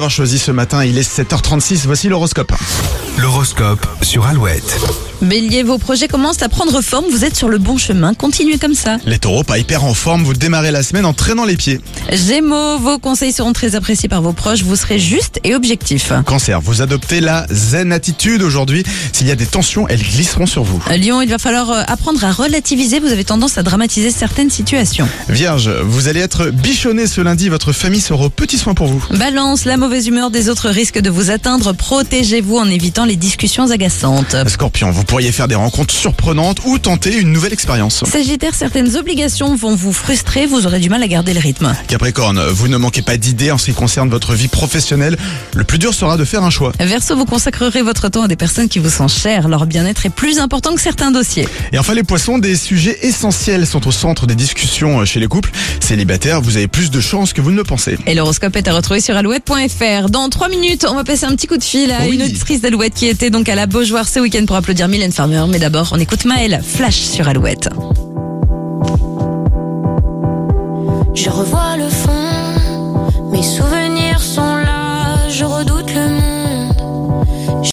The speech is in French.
avoir choisi ce matin, il est 7h36, voici l'horoscope. L'horoscope sur Alouette. Bélier, vos projets commencent à prendre forme, vous êtes sur le bon chemin, continuez comme ça. Les taureaux pas hyper en forme, vous démarrez la semaine en traînant les pieds. Gémeaux, vos conseils seront très appréciés par vos proches, vous serez juste et objectif. Cancer, vous adoptez la zen attitude aujourd'hui. S'il y a des tensions, elles glisseront sur vous. Lyon, il va falloir euh, apprendre à relativiser, vous avez tendance à dramatiser certaines situations. Vierge, vous allez être bichonné ce lundi, votre famille sera au petit soin pour vous. Balance, la mauvaise humeur des autres risque de vous atteindre, protégez-vous en évitant les discussions agaçantes. Scorpion, vous pourriez faire des rencontres surprenantes ou tenter une nouvelle expérience. Sagittaire, certaines obligations vont vous frustrer, vous aurez du mal à garder le rythme. Capricorne, vous ne manquez pas d'idées en ce qui concerne votre vie professionnelle. Le plus dur sera de faire un choix. Verseau, vous consacrerez votre temps à des personnes qui vous sont chères, leur bien-être est plus important que certains dossiers. Et enfin les poissons, des sujets essentiels sont au centre des discussions euh, chez les couples. Célibataires, vous avez plus de chances que vous ne le pensez. Et l'horoscope est à retrouver sur alouette.fr. Dans trois minutes, on va passer un petit coup de fil à Oui. une auditrice d'Alouette qui était donc à la Beaujoire ce week-end pour applaudir Mylène Farmer. Mais d'abord, on écoute Maël, Flash sur Alouette. Je revois le fond